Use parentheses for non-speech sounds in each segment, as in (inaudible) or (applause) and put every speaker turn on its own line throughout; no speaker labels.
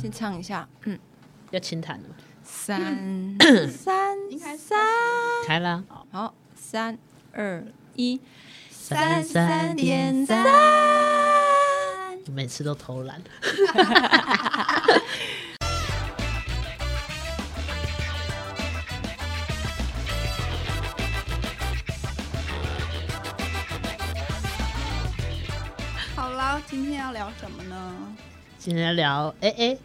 先唱一下，嗯，
要清弹了吗，
(coughs) 三三应该三，
开啦！
好，三二一，
三三
点
(laughs)
三，
我每次都偷懒。
好啦，今天要聊什么呢
今天聊哎 A A，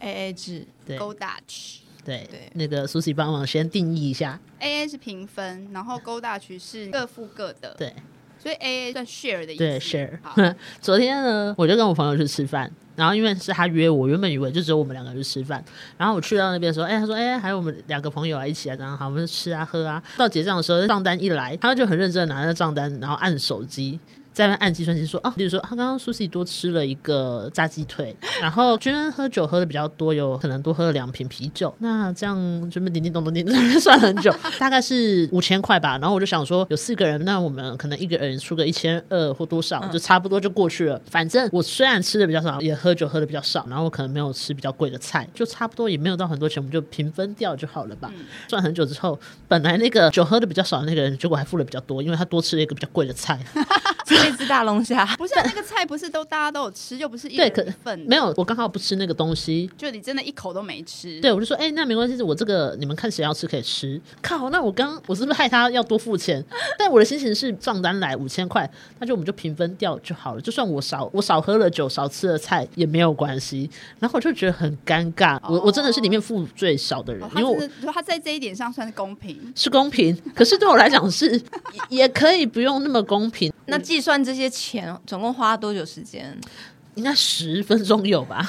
，A A 制，
对
？Go Dutch，A
对
对，
那个苏西帮忙先定义一下。
A 是平分，然后 Go Dutch 是各付各的，，
对
所以 A A 算 share 的意思。
对，share。
好，
(laughs) 昨天呢，我就跟我朋友去吃饭，然后因为是他约我，原本以为就只有我们两个人去吃饭，然后我去到那边的时候，哎、他说，哎、还有我们两个朋友啊，一起啊，然后好，我们就吃啊喝啊。到结账的时候，账单一来，他就很认真的拿着账单，然后按手机。在那边按计算机说啊，比如说他刚刚苏西多吃了一个炸鸡腿， (laughs) 然后君恩喝酒喝的比较多，有可能多喝了两瓶啤酒，那这样这么叮叮咚咚叮咚咚 (laughs) 算很久，大概是五千块吧。然后我就想说有四个人，那我们可能一个人出个一千二或多少，就差不多就过去了。反正我虽然吃的比较少，也喝酒喝的比较少，然后我可能没有吃比较贵的菜，就差不多也没有到很多钱，我们就平分掉就好了吧。算很久之后，本来那个酒喝的比较少的那个人，结果还付了比较多，因为他多吃了一个比较贵的菜。
这只大龙虾，
不是啊那个菜，不是都大家都有吃，又不是一
对
人
可
一份，
没，有，我刚好不吃那个东西。
就你真的一口都没吃。
对，我就说，哎、那没关系，我这个你们看谁要吃可以吃。靠，那我刚我是不是害他要多付钱？ (laughs) 但我的心情是账单来五千块，那就我们就平分掉就好了。就算我少我少喝了酒，少吃了菜也没有关系。然后我就觉得很尴尬，我我真的是里面付最少的人，
哦，
因
他
为我
是他在这一点上算是公平。
是公
(laughs)
平，可是对我来讲是也也可以不用那么公平。
那计算这些钱总共花了多久时间？
应该十分钟有吧？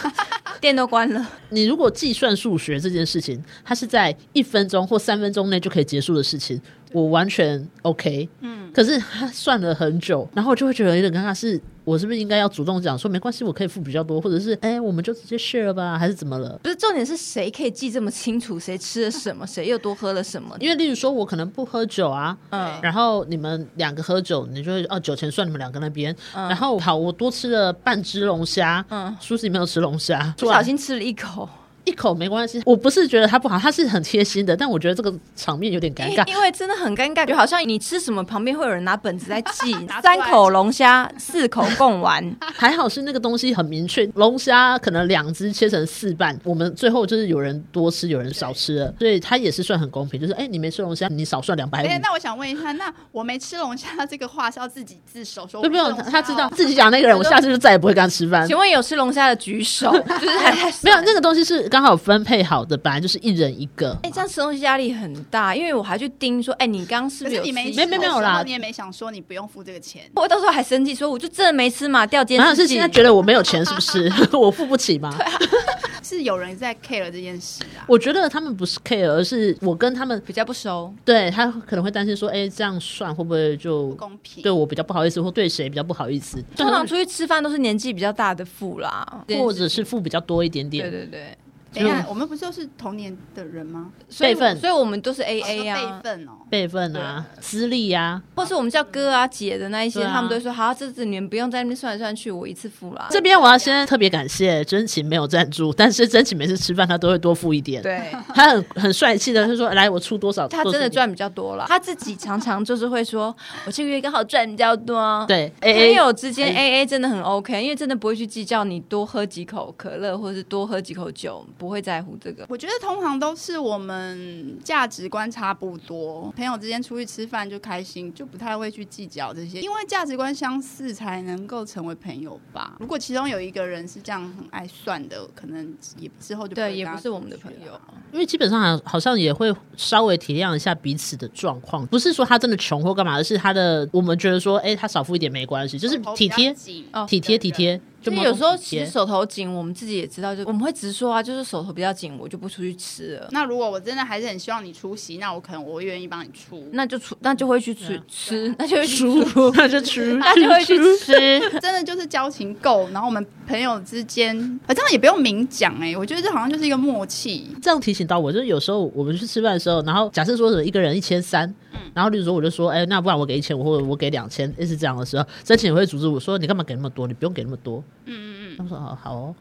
店都关了，
你如果计算数学这件事情，它是在一分钟或三分钟内就可以结束的事情，我完全 OK。嗯，可是他算了很久，然后我就会觉得有点尴尬是。我是不是应该要主动讲说没关系，我可以付比较多，或者是哎、我们就直接 share 吧，还是怎么了？
不是重点是谁可以记这么清楚，谁吃了
(laughs)
什么，谁又多喝了什么？
因为例如说，我可能不喝酒啊，
嗯，
然后你们两个喝酒，你就会哦，酒钱算你们两个那边。然后好，我多吃了半只龙虾，嗯
嗯，
苏西没有吃龙虾，
不小心吃了一口，
一口没关系。我不是觉得他不好，他是很贴心的，但我觉得这个场面有点尴
因
尬。
因为真的很尴尬，就好像你吃什么，旁边会有人拿本子在记
拿，出来
三口龙虾，四口贡丸，
还好是那个东西很明确，龙虾可能两只切成四瓣，我们最后就是有人多吃，有人少吃了，所以他也是算很公平，就是哎、你没吃龙虾，你少算两百
哎，
五。
那我想问一下，那我没吃龙虾这个话是要自己自首说？
对不
有
用，他知道自己讲那个人，我下次就再也不会跟他吃
(laughs)
饭。
请问有吃龙虾的举手，就是还在
哎没有那个东西是刚好分配好的，本来就是一人一个。
哎、这样吃东西压力很大，因为我还去盯说，哎、你刚刚是
可
不是
是
有
你没
吃
吃
没没
的
没有
时
啦
候你也没想说你不用付这个钱。
我到时候还生气，说我就真的没吃嘛，掉监
然后
视
是
器。
现在觉得我没有钱，是不是？我付不起吗？
是有人在 care 这件事啊。
我觉得他们不是 care，而是我跟他们
比较不熟，
对他可能会担心说，哎、这样算会不会就
公平
对我比较不好意思，或对谁比较不好意思？
通常出去吃饭都是年纪比较大的付啦，
或者是付比较多一点
对
点。
对对，
等一下，我们不是都是同年的人吗
所以
辈分
所以我们都是 A
哦
A
说
啊
辈，分哦。
辈分啊，资历啊，
或是我们叫哥啊姐的那一些，
对啊
他们都会说好，这次你们不用在那边算来算去，我一次付啦。
这边我要先特别感谢真情没有赞助，但是真情每次吃饭他都会多付一点，
对。
他很很帅气的，他说来我出多少，
他
多
真的
出
赚比较多啦，他自己常常就是会说，我这个月刚好赚比较多啊。
对 A
朋
A
友之间 A A 真的很 OK，因为真的不会去计较你多喝几口可乐或者是多喝几口酒，不会在乎这个。
我觉得通常都是我们价值观差不多，朋友之间出去吃饭就开心，就不太会去计较这些，因为价值观相似才能够成为朋友吧。如果其中有一个人是这样很爱算的，可能也之后就不会
对，也
跟
不
他
是啊我们的
出
朋
去了
友。
因为基本上好好像也会稍微体谅一下彼此的状况，不是说他真的穷或干嘛，而是他的我们觉得说，哎、他少付一点没关系，就是
头比
体
较
贴、
紧
哦
体贴、体贴。就
就
某
有
种
时候
体
其
贴
实手头紧，我们自己也知道，就我们会直说啊，就是手头比较紧，我就不出去吃了，
那如果我真的还是很希望你出席，那我可能我会愿意帮你出。
那就出，那就会去吃吃， (laughs) 那就会去
出
出，，
那就出，
那就会去吃。
(laughs) 真的就是交情够，然后我们朋友之间，啊，这样也不用明讲哎、我觉得这好像就是一个默契。
这样提醒到我，就是有时候我们去吃饭的时候，然后假设说是一个人一千三，然后例如说我就说，哎、那不然我给一千五，或者我给两千，类似这样的时候，真情也会阻止我说，你干嘛给那么多？你不用给那么多。嗯嗯嗯。他说哦好哦，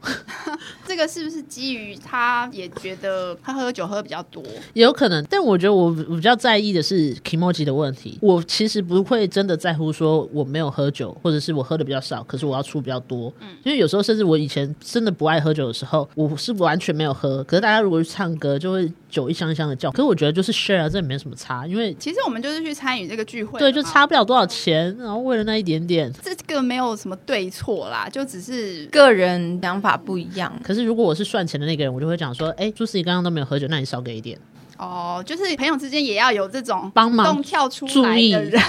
这个是不是基于他也觉得他喝酒喝比较多？
也有可能，但我觉得我我比较在意的是 emoji 的问题。我其实不会真的在乎说我没有喝酒，或者是我喝的比较少，可是我要出比较多。因为有时候甚至我以前真的不爱喝酒的时候，我是完全没有喝。可是大家如果去唱歌，就会酒一箱一箱的叫。可是我觉得就是 share 啊这没什么差，因为
其实我们就是去参与这个聚会，
对，就。差不了多少钱，然后为了那一点点。
这个没有什么对错啦，就只是
个人想法不一样。
可是如果我是算钱的那个人，我就会讲说，哎、朱思怡刚刚都没有喝酒，那你少给一点。
哦，就是朋友之间也要有这种
帮忙
主动跳出来的 (laughs) 人，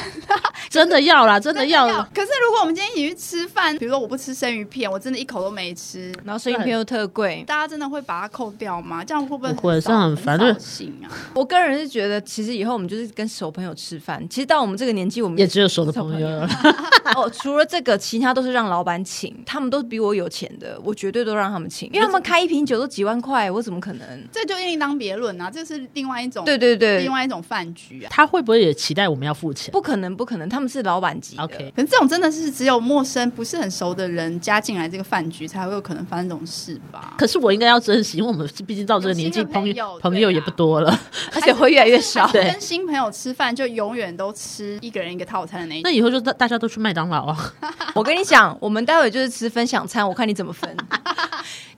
真的要啦，真的要。
可是如果我们今天一起去吃饭，比如说我不吃生鱼片，我真的一口都没吃，
然后声音偏又特贵，
大家真的会把它扣掉吗？这样会不会
不会
少
这样很烦
扫兴啊？
我个人是觉得，其实以后我们就是跟熟朋友吃饭。其实到我们这个年纪，我们
也只有熟的朋友了。
(laughs) 哦，除了这个，其他都是让老板请，他们都比我有钱的，我绝对都让他们请，因为他们开一瓶酒都几万块，我怎么可能？
这就另当别论啊，这是另外一种
对对对
另，外一种饭局啊。
他会不会也期待我们要付钱
不可能，不可能，他们是老板级的。 (laughs)
？OK，
可是这种真的是只有陌生、不是很熟的人加进来这个饭局，才会有可能发生这种事吧？
可是我应该要珍惜，因为我们毕竟到这个年纪，
有新的
朋
朋友
友
对啊
朋友也不多了。
而且会越来越少。
对
跟新朋友吃饭就永远都吃一个人一个套餐的那一
那以后就大大家都去麦当劳啊，
我跟你讲，我们待会就是吃分享餐，我看你怎么 (laughs) 分。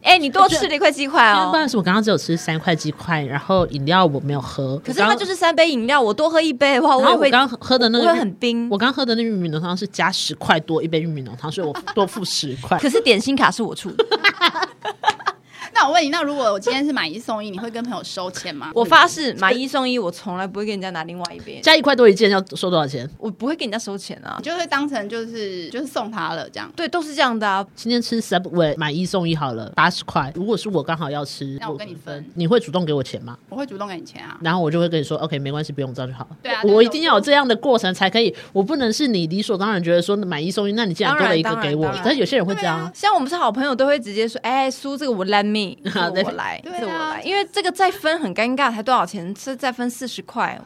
哎、你多吃了一块鸡块
因为不
哦。
然是我刚刚只有吃三块鸡块，然后饮料我没有喝。，
可是它就是是三杯饮料，我多喝一杯的话，
然
我也
后我
会，
刚喝的那
我
个
会
玉。
很冰。
我刚喝的那个玉米浓汤是加十块多一杯玉米浓汤，所以我多付十块。
可是点心卡是我出 (laughs) 的，
那我问你，那如果我今天是买一送一，你会跟朋友收钱吗？
我发誓买一送一，我从来不会跟人家拿另外一杯，
加一块多一件要收多少钱？
我不会跟人家收钱啊
你。就会当成就是就是送他了这样。
对，都是这样的啊。
今天吃 Subway 买一送一好了，八十块。如果是我刚好要吃，
那我跟你分
你会主动给我钱吗？
我会主动给你钱啊。
然后我就会跟你说，OK，没关系，不用这样就好了。
对啊
我
就是
一定要有这样的过程才可以，我不能是你理所当然觉得说买一送一，那你既然多了一个
当然
给我
当，然
可是有些人会这样啊，
像我们是好朋友，都会直接说：“哎、叔，这个我 let me，
好
这个我来，
对啊
这个我来。”因为这个再分很尴尬，才多少钱？是再分四十块，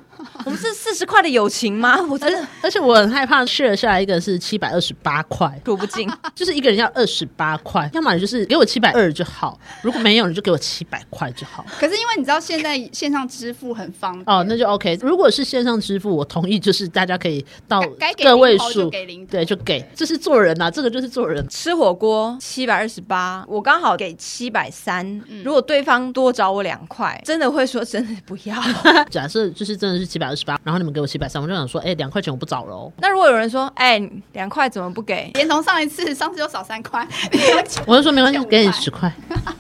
我们是四十块的友情
(laughs)
吗？我真的
而且我很害怕 share 下来一个是七百二十八块，
数不尽。
就是一个人要二十八块，要么你就是给我七百二就好，如果没有你就给我七百块就好。
可是因为你知道现在线上支付很方便，
哦，那就 OK。如果是线上支付，我同意，就是大家可以到
该给
个位
零头
数
就，给零头
对，就给，这是做人呐、啊这个就是做人。
吃火锅七百二十八，我刚好给七百三。
嗯
如果对方多找我两块，真的会说真的不要。 (laughs)
假设就是真的是七百二十八，然后你们给我七百三，我就想说，哎、两块钱我不找了哦。
那如果有人说：“哎、两块怎么不给
连同上一次，上次又少三
(laughs)
块，没有钱
我就说没关系
欠，五
给你
百
十块，？”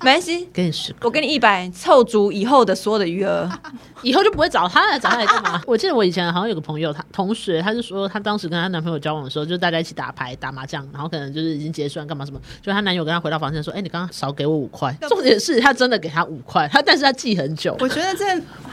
没关系，
给你十块，
我给你一百，凑足以后的所有的余额。
以后就不会找他来找他来干嘛？ (laughs) 我记得我以前好像有个朋友，他同学，他就说他当时跟她男朋友交往的时候，就大家一起打牌、打麻将，然后可能就是已经结束了干嘛什么，就她男友跟她回到房间说：“哎、你刚刚少给我五块。”重点是他真的给她五块，他但是他记很久。
我觉得这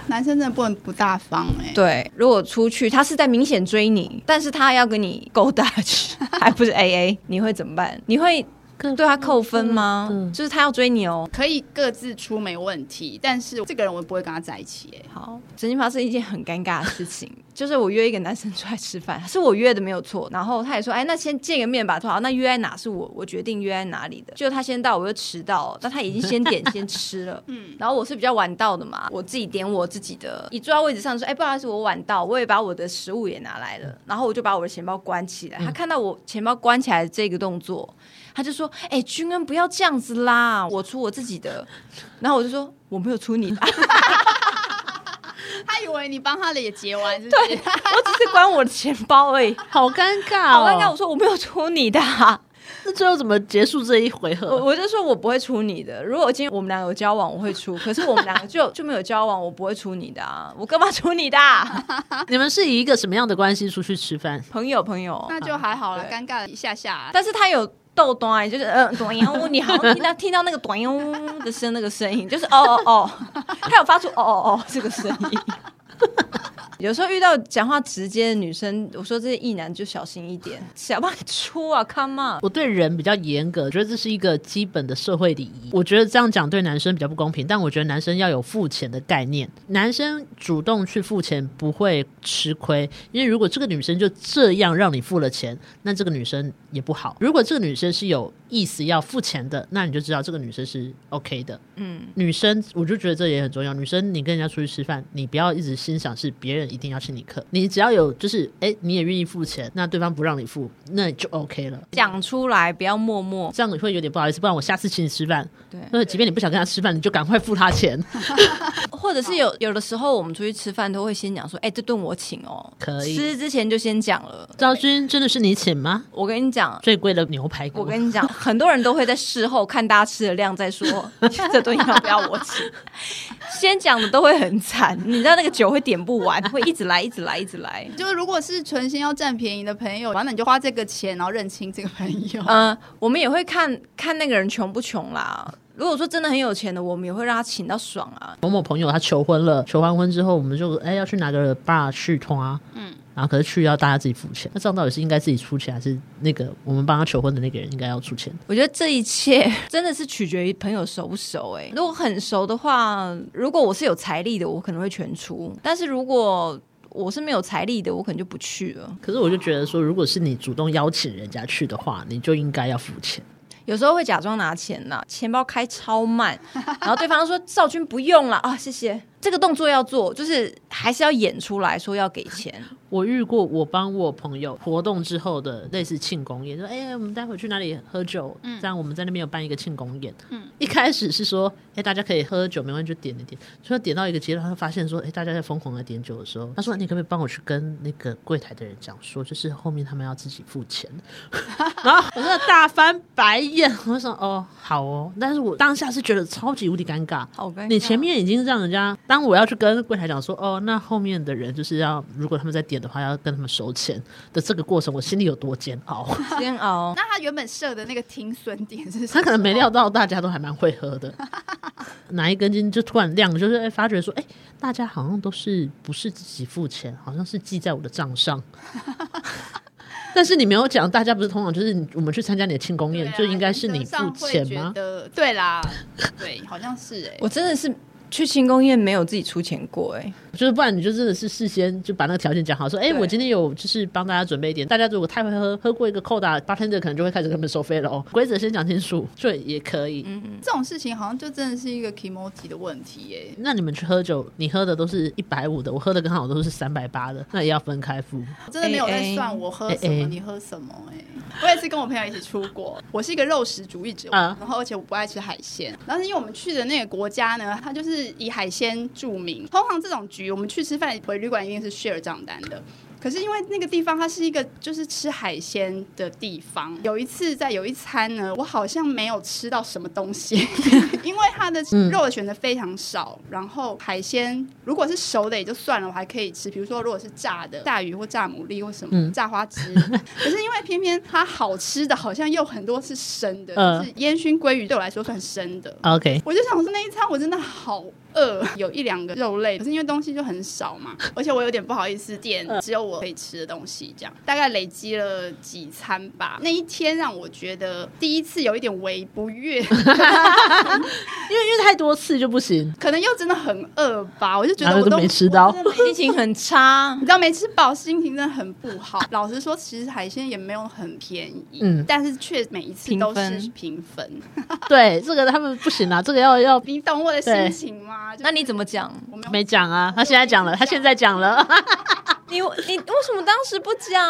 男生真的不能不大方哎、
对，如果出去，他是在明显追你，但是他要跟你勾搭 (laughs) 去，还不是 A A，你会怎么办？你会
对
对他扣分吗？
嗯
就是他要追你哦。
可以各自出没问题，但是这个人我不会跟他在一起哎、
好，曾经发生一件很尴尬的事情， (laughs) 就是我约一个男生出来吃饭，是我约的没有错，然后他也说，哎，那先见个面吧。说好，那约在哪是我我决定约在哪里的。结果他先到，我就迟到，但他已经先点先吃了，嗯，然后我是比较晚到的嘛，我自己点我自己的，一坐到位置上说，哎，不好意思，我晚到，我也把我的食物也拿来了，然后我就把我的钱包关起来。他看到我钱包关起来这个动作，他就说，哎，君恩不要这样子啦，我出我自己的。然后我就说，我没有出你的。
他以为你帮他的也结完，是不是？
我只是管我的钱包 (laughs) 而已。
好尴尬
好
哦！
尴尬，我说我没有出你的、啊，
那最后怎么结束这一回
(laughs) 我
合？
我就说我不会出你的。如果今天我们两个有交往，我会 (laughs) 出；可是我们两个就就没有交往，我不会出你的啊，我干嘛出你的啊、 (laughs)
你们是以一个什么样的关系出去吃饭？
朋友朋友，
(laughs) 那就还好了，
对
尴尬了一下啊下、
但是他有逗端，就是呃短音，你好像听到听到那个短音的声那个声音，就是哦哦 (laughs) 哦，他有发出哦哦哦这个声音。 (laughs) 有时候遇到讲话直接的女生，我说这些意男就小心一点，小胖出啊，come on。
我对人比较严格，觉得这是一个基本的社会礼仪。我觉得这样讲对男生比较不公平，但我觉得男生要有付钱的概念，男生主动去付钱不会吃亏，因为如果这个女生就这样让你付了钱，那这个女生也不好。如果这个女生是有意思要付钱的，那你就知道这个女生是 OK 的。
嗯，
女生我就觉得这也很重要。女生你跟人家出去吃饭，你不要一直心想是别人一定要请你客，你只要有就是哎、你也愿意付钱，那对方不让你付，那就 OK 了。
讲出来，不要默默。
这样你会有点不好意思，不然我下次请你吃饭，
对，
那即便你不想跟他吃饭，你就赶快付他钱。
(laughs) 或者是有有的时候我们出去吃饭都会先讲说，哎、这顿我请哦，
可以
吃之前就先讲了。
昭君真的是你请吗？
我跟你讲，
最贵的牛排
我
骨，
跟你讲，很多人都会在事后看大家吃的量再说 (laughs) 这顿要不要我请。先讲的都会很惨，你知道那个酒会点不完，会一直来，一直来，一直来。
就是如果是存心要占便宜的朋友，完了你就花这个钱，然后认清这个朋友。
嗯、我们也会看看那个人穷不穷啦。如果说真的很有钱的，我们也会让他请到爽啊。
某某朋友他求婚了，求完婚之后，我们就哎、要去哪个 bar 去通啊，嗯，然后可是去要大家自己付钱，那这样到底是应该自己出钱，还是那个我们帮他求婚的那个人应该要出钱？
我觉得这一切 (laughs) 真的是取决于朋友熟不熟、欸。如果很熟的话，如果我是有财力的，我可能会全出；但是如果我是没有财力的，我可能就不去了。
可是我就觉得说，如果是你主动邀请人家去的话，你就应该要付钱。
有时候会假装拿钱呐，钱包开超慢，然后对方说：“赵军不用了 (laughs) 啊，谢谢。”这个动作要做，就是还是要演出来说要给钱。
我遇过，我帮我朋友活动之后的类似庆功宴，说哎、我们待会去哪里喝酒？这样我们在那边有办一个庆功宴。嗯，一开始是说，哎、大家可以喝酒，没关系，就点一点。所以点到一个阶段，他发现说，哎、大家在疯狂的点酒的时候，他说，你可不可以帮我去跟那个柜台的人讲说，就是后面他们要自己付钱。然后我真的大翻白眼，我说，哦，好哦。但是我当下是觉得超级无敌尴尬，
好尴尬
你前面已经让人家，当我要去跟柜台讲说，哦，那后面的人就是要，如果他们在点的话，要跟他们收钱的这个过程，我心里有多煎
(laughs)
熬。
煎熬，
(laughs) 那他原本设的那个停损点是什么？
他可能没料到大家都还蛮会喝的，哪一根筋就突然亮了，就是哎发觉说，哎、大家好像都是不是自己付钱，好像是记在我的账上。
(laughs)
但是你没有讲，大家不是通常就是你我们去参加你的庆功
对
宴，
啊，
就应该是你付钱
原则上会觉
吗？
得
(laughs)
对啦，对，好像是哎、
我真的是去庆功宴没有自己出钱过哎、
就是不然你就真的是事先就把那个条件讲好，说，哎、
对
我今天有就是帮大家准备一点，大家如果太会喝，喝过一个扣打 bartender 可能就会开始跟他们收费了哦。规则先讲清楚，这也可以。
这种事情好像就真的是一个 emoji 的问题欸耶、
那你们去喝酒，你喝的都是一百五的，我喝的刚好都是三百八的，那也要分开付。
我真的没有在算我喝什
AA
么，你喝什么、哎，我也是跟我朋友一起出国，我是一个肉食主义者，
啊
然后而且我不爱吃海鲜。然后是因为我们去的那个国家呢，它就是以海鲜著名。通常这种局，我们去吃饭回旅馆一定是 share 账单的。可是因为那个地方它是一个就是吃海鲜的地方，有一次在有一餐呢，我好像没有吃到什么东西，因为它的肉的选择非常少，然后海鲜如果是熟的也就算了，我还可以吃，比如说如果是炸的炸鱼或炸牡蛎或什么、炸花枝，可是因为偏偏它好吃的好像又很多是生的，
嗯
就是烟熏鲑鱼对我来说算生的，
OK，
我就想说那一餐我真的好饿，有一两个肉类，可是因为东西就很少嘛，而且我有点不好意思点只有我可以吃的东西，这样大概累积了几餐吧。那一天让我觉得第一次有一点微不悦，
因为因为太多次就不行。
可能又真的很饿吧，我就觉
然
得
后
我
都
都
没吃到
我真的没
心情很差 (laughs)
你。知道没吃饱，心情真的很不好。老实说，其实海鲜也没有很便宜，
嗯
但是却每一次都是平分。
对，这个他们不行啊，这个要要
你懂我的心情吗？就是
那你怎么讲？
我没有
没讲啊，他现在讲了，他现在讲了， (laughs)
你你为什么当时不讲？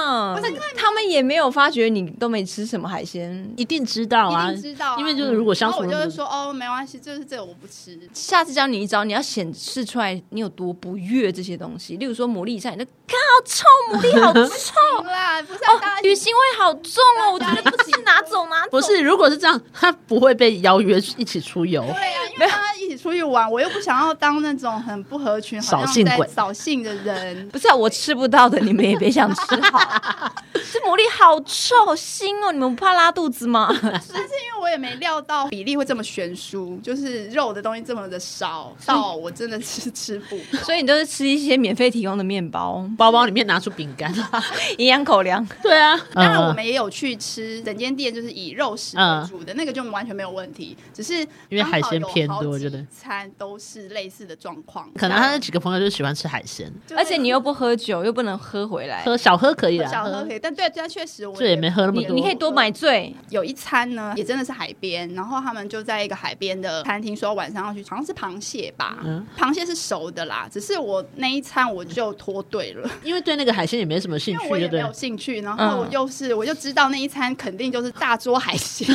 他们也没有发觉你都没吃什么海鲜。
一定知道啊，
一定知道啊
因为就是如果相
然后
处
我
那
就
么，
会说哦，没关系，就是这个我不吃。
下次教你一招，你要显示出来你有多不悦这些东西。例如说牡蛎以上，你就看好臭，牡蛎好 (laughs) 臭，
行啦，不是要大家一
鱼
起
腥味好重哦，我觉得不行，拿走拿走。
不是，如果是这样，他不会被邀约一起出游。
对啊，因为大家一起出去玩，我又不想要当那种很不合群、好
扫
像
兴
在
鬼
扫兴的人。
不是啊，我吃不到的，你们也别想吃 (laughs) 好。这牡蛎好臭，好腥哦，你们不怕拉肚子吗？ (laughs)
但是因为我也没料到比例会这么悬殊，就是肉的东西这么的少，
嗯
到我真的是吃不饱。
所以你都是吃一些免费提供的面包，
包包里面拿出饼干，啊
营养口粮。
对啊，
当然，
嗯
我们也有去吃整间店，就是以肉食为主的、那个就完全没有问题。只是
因为海鲜偏
刚好有
多
好几
我觉得
餐都是类似的状况。
可能他那几个朋友就喜欢吃海鲜，
就是
而且你又不喝酒，又不能喝回来，
喝小喝可以啦，
小喝可以，但对，但确实我
这也没喝那么嗯
你你可以多买醉。
有一餐呢，也真的是海边，然后他们就在一个海边的餐厅说晚上要去，好像是螃蟹吧，
嗯
螃蟹是熟的啦，只是我那一餐我就脱队了。
因为对那个海鲜也没什么兴
因
趣，
为我
对
也
不
没
对
有？兴趣，然后我又是、我就知道那一餐肯定就是大桌海鲜，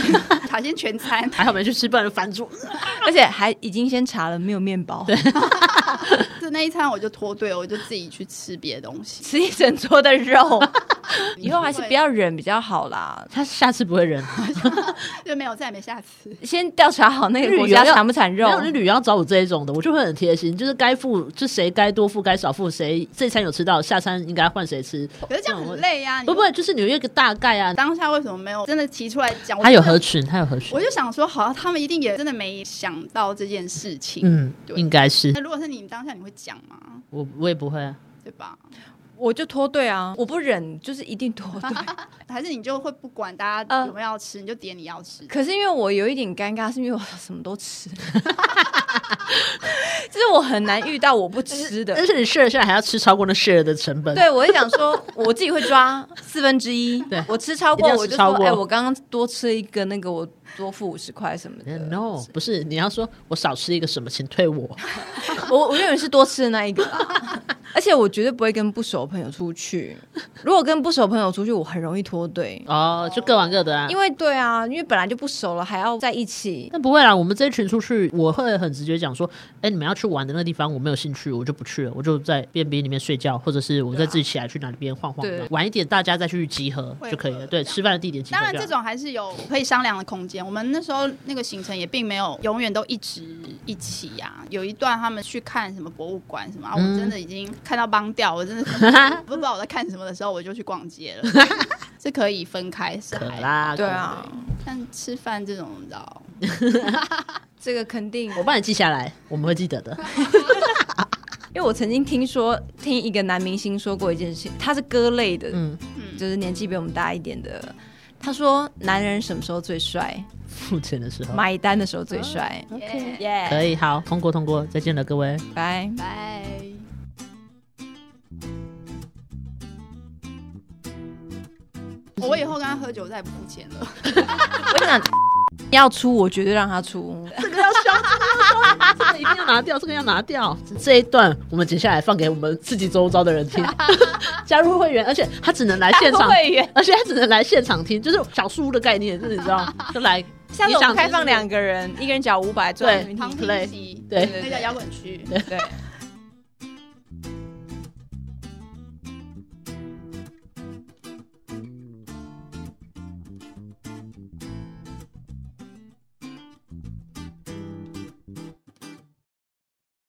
海鲜全餐， (laughs)
还好没去吃，不然就反住。
(laughs) 而且还已经先查了没有面包，
就那一餐我就脱队，我就自己去吃别的东西。
吃一整桌的肉， (laughs) 以后还是
会
不要忍比较好啦。
他下次不会
(laughs)
忍，
就没有再也没下次。
先调查好那个国
旅游
家
要
产不产
没
肉。
有你旅游要找我这一种的，我就会很贴心，就是该付就谁该多付该少付，谁这餐有吃到，下餐应该换谁吃。
可是这样
种
很
问
累呀、啊，
不不，就是你有一个大概啊
你，当下为什么没有真的提出来讲？我
他有
真的
合群，他有合群
我，就想说，好像他们一定也真的没想到这件事情。
嗯，
对
应该
(laughs)
是
那如果是你当下，你会讲吗？
我我也不会啊，
对吧？
我就脱队啊，我不忍就是一定脱 (laughs) 队。
还是你就会不管大家
呃
有没有要吃，你就点你要吃的。
可是因为我有一点尴尬，是因为我什么都吃， (laughs) 就是我很难遇到我不吃的 (laughs)
但。是你 share 下来还要吃超过那 share 的成本，
对，我就想说，我自己会抓四分之一。
对
我吃超
一定
过，
要吃
我就
超
说，
过
哎，我刚刚多吃一个那个，我多付五十块什么的。
，no，不是你要说我少吃一个什么，请退我，
(laughs)
我我永远是多吃的那一个啦， (laughs) 而且我绝对不会跟不熟的朋友出去。如果跟不熟的朋友出去，我很容易脱队，
哦，就各玩各的啊。
因为对啊，因为本来就不熟了，还要在一起。
但不会啦，我们这一群出去，我会很直接讲说，哎、你们要去玩的那个地方，我没有兴趣，我就不去了，我就在便冰里面睡觉，或者是我再自己起来去哪里边晃晃
对，
晚一点大家再去集合
会
就可以了。
会
对，吃饭的地点集合
当
就好。
然，这种还是有可以商量的空间。我们那时候那个行程也并没有永远都一直一起呀、有一段他们去看什么博物馆什么，啊、我真的已经看到帮掉，我真的 (laughs) 不知道我在看什么的时候，我就去逛街 (laughs) 了。是可以分开，是
可
还好
啦，
对啊，
但吃饭这种，你知道，
这个肯定
可，我帮你记下来，我们会记得的。
因为我曾经听说，听一个男明星说过一件事，他是歌类的，
嗯，
嗯，
就是年纪比我们大一点的。他说：“男人什么时候最帅？
付钱的时候
买单的时候最帅。
OK
耶，
可以，好，通过通过，再见了各位。
拜。
拜。我以后跟他喝酒，再也不付钱了。
我想 (laughs) 要出，我绝对让他出。
这个一定要拿掉，这个要拿掉。这一段我们剪下来放给我们自己周遭的人听，加入会员，而且他只能来现场，
(laughs) 会员，
而且他只能来现场听，就是小书屋的概念，就是你知道，就来
下次我
你想
们开放两个人，一个人缴五百，
对
赚
(laughs) 旁
对
听席，
对
那叫摇滚区。
对，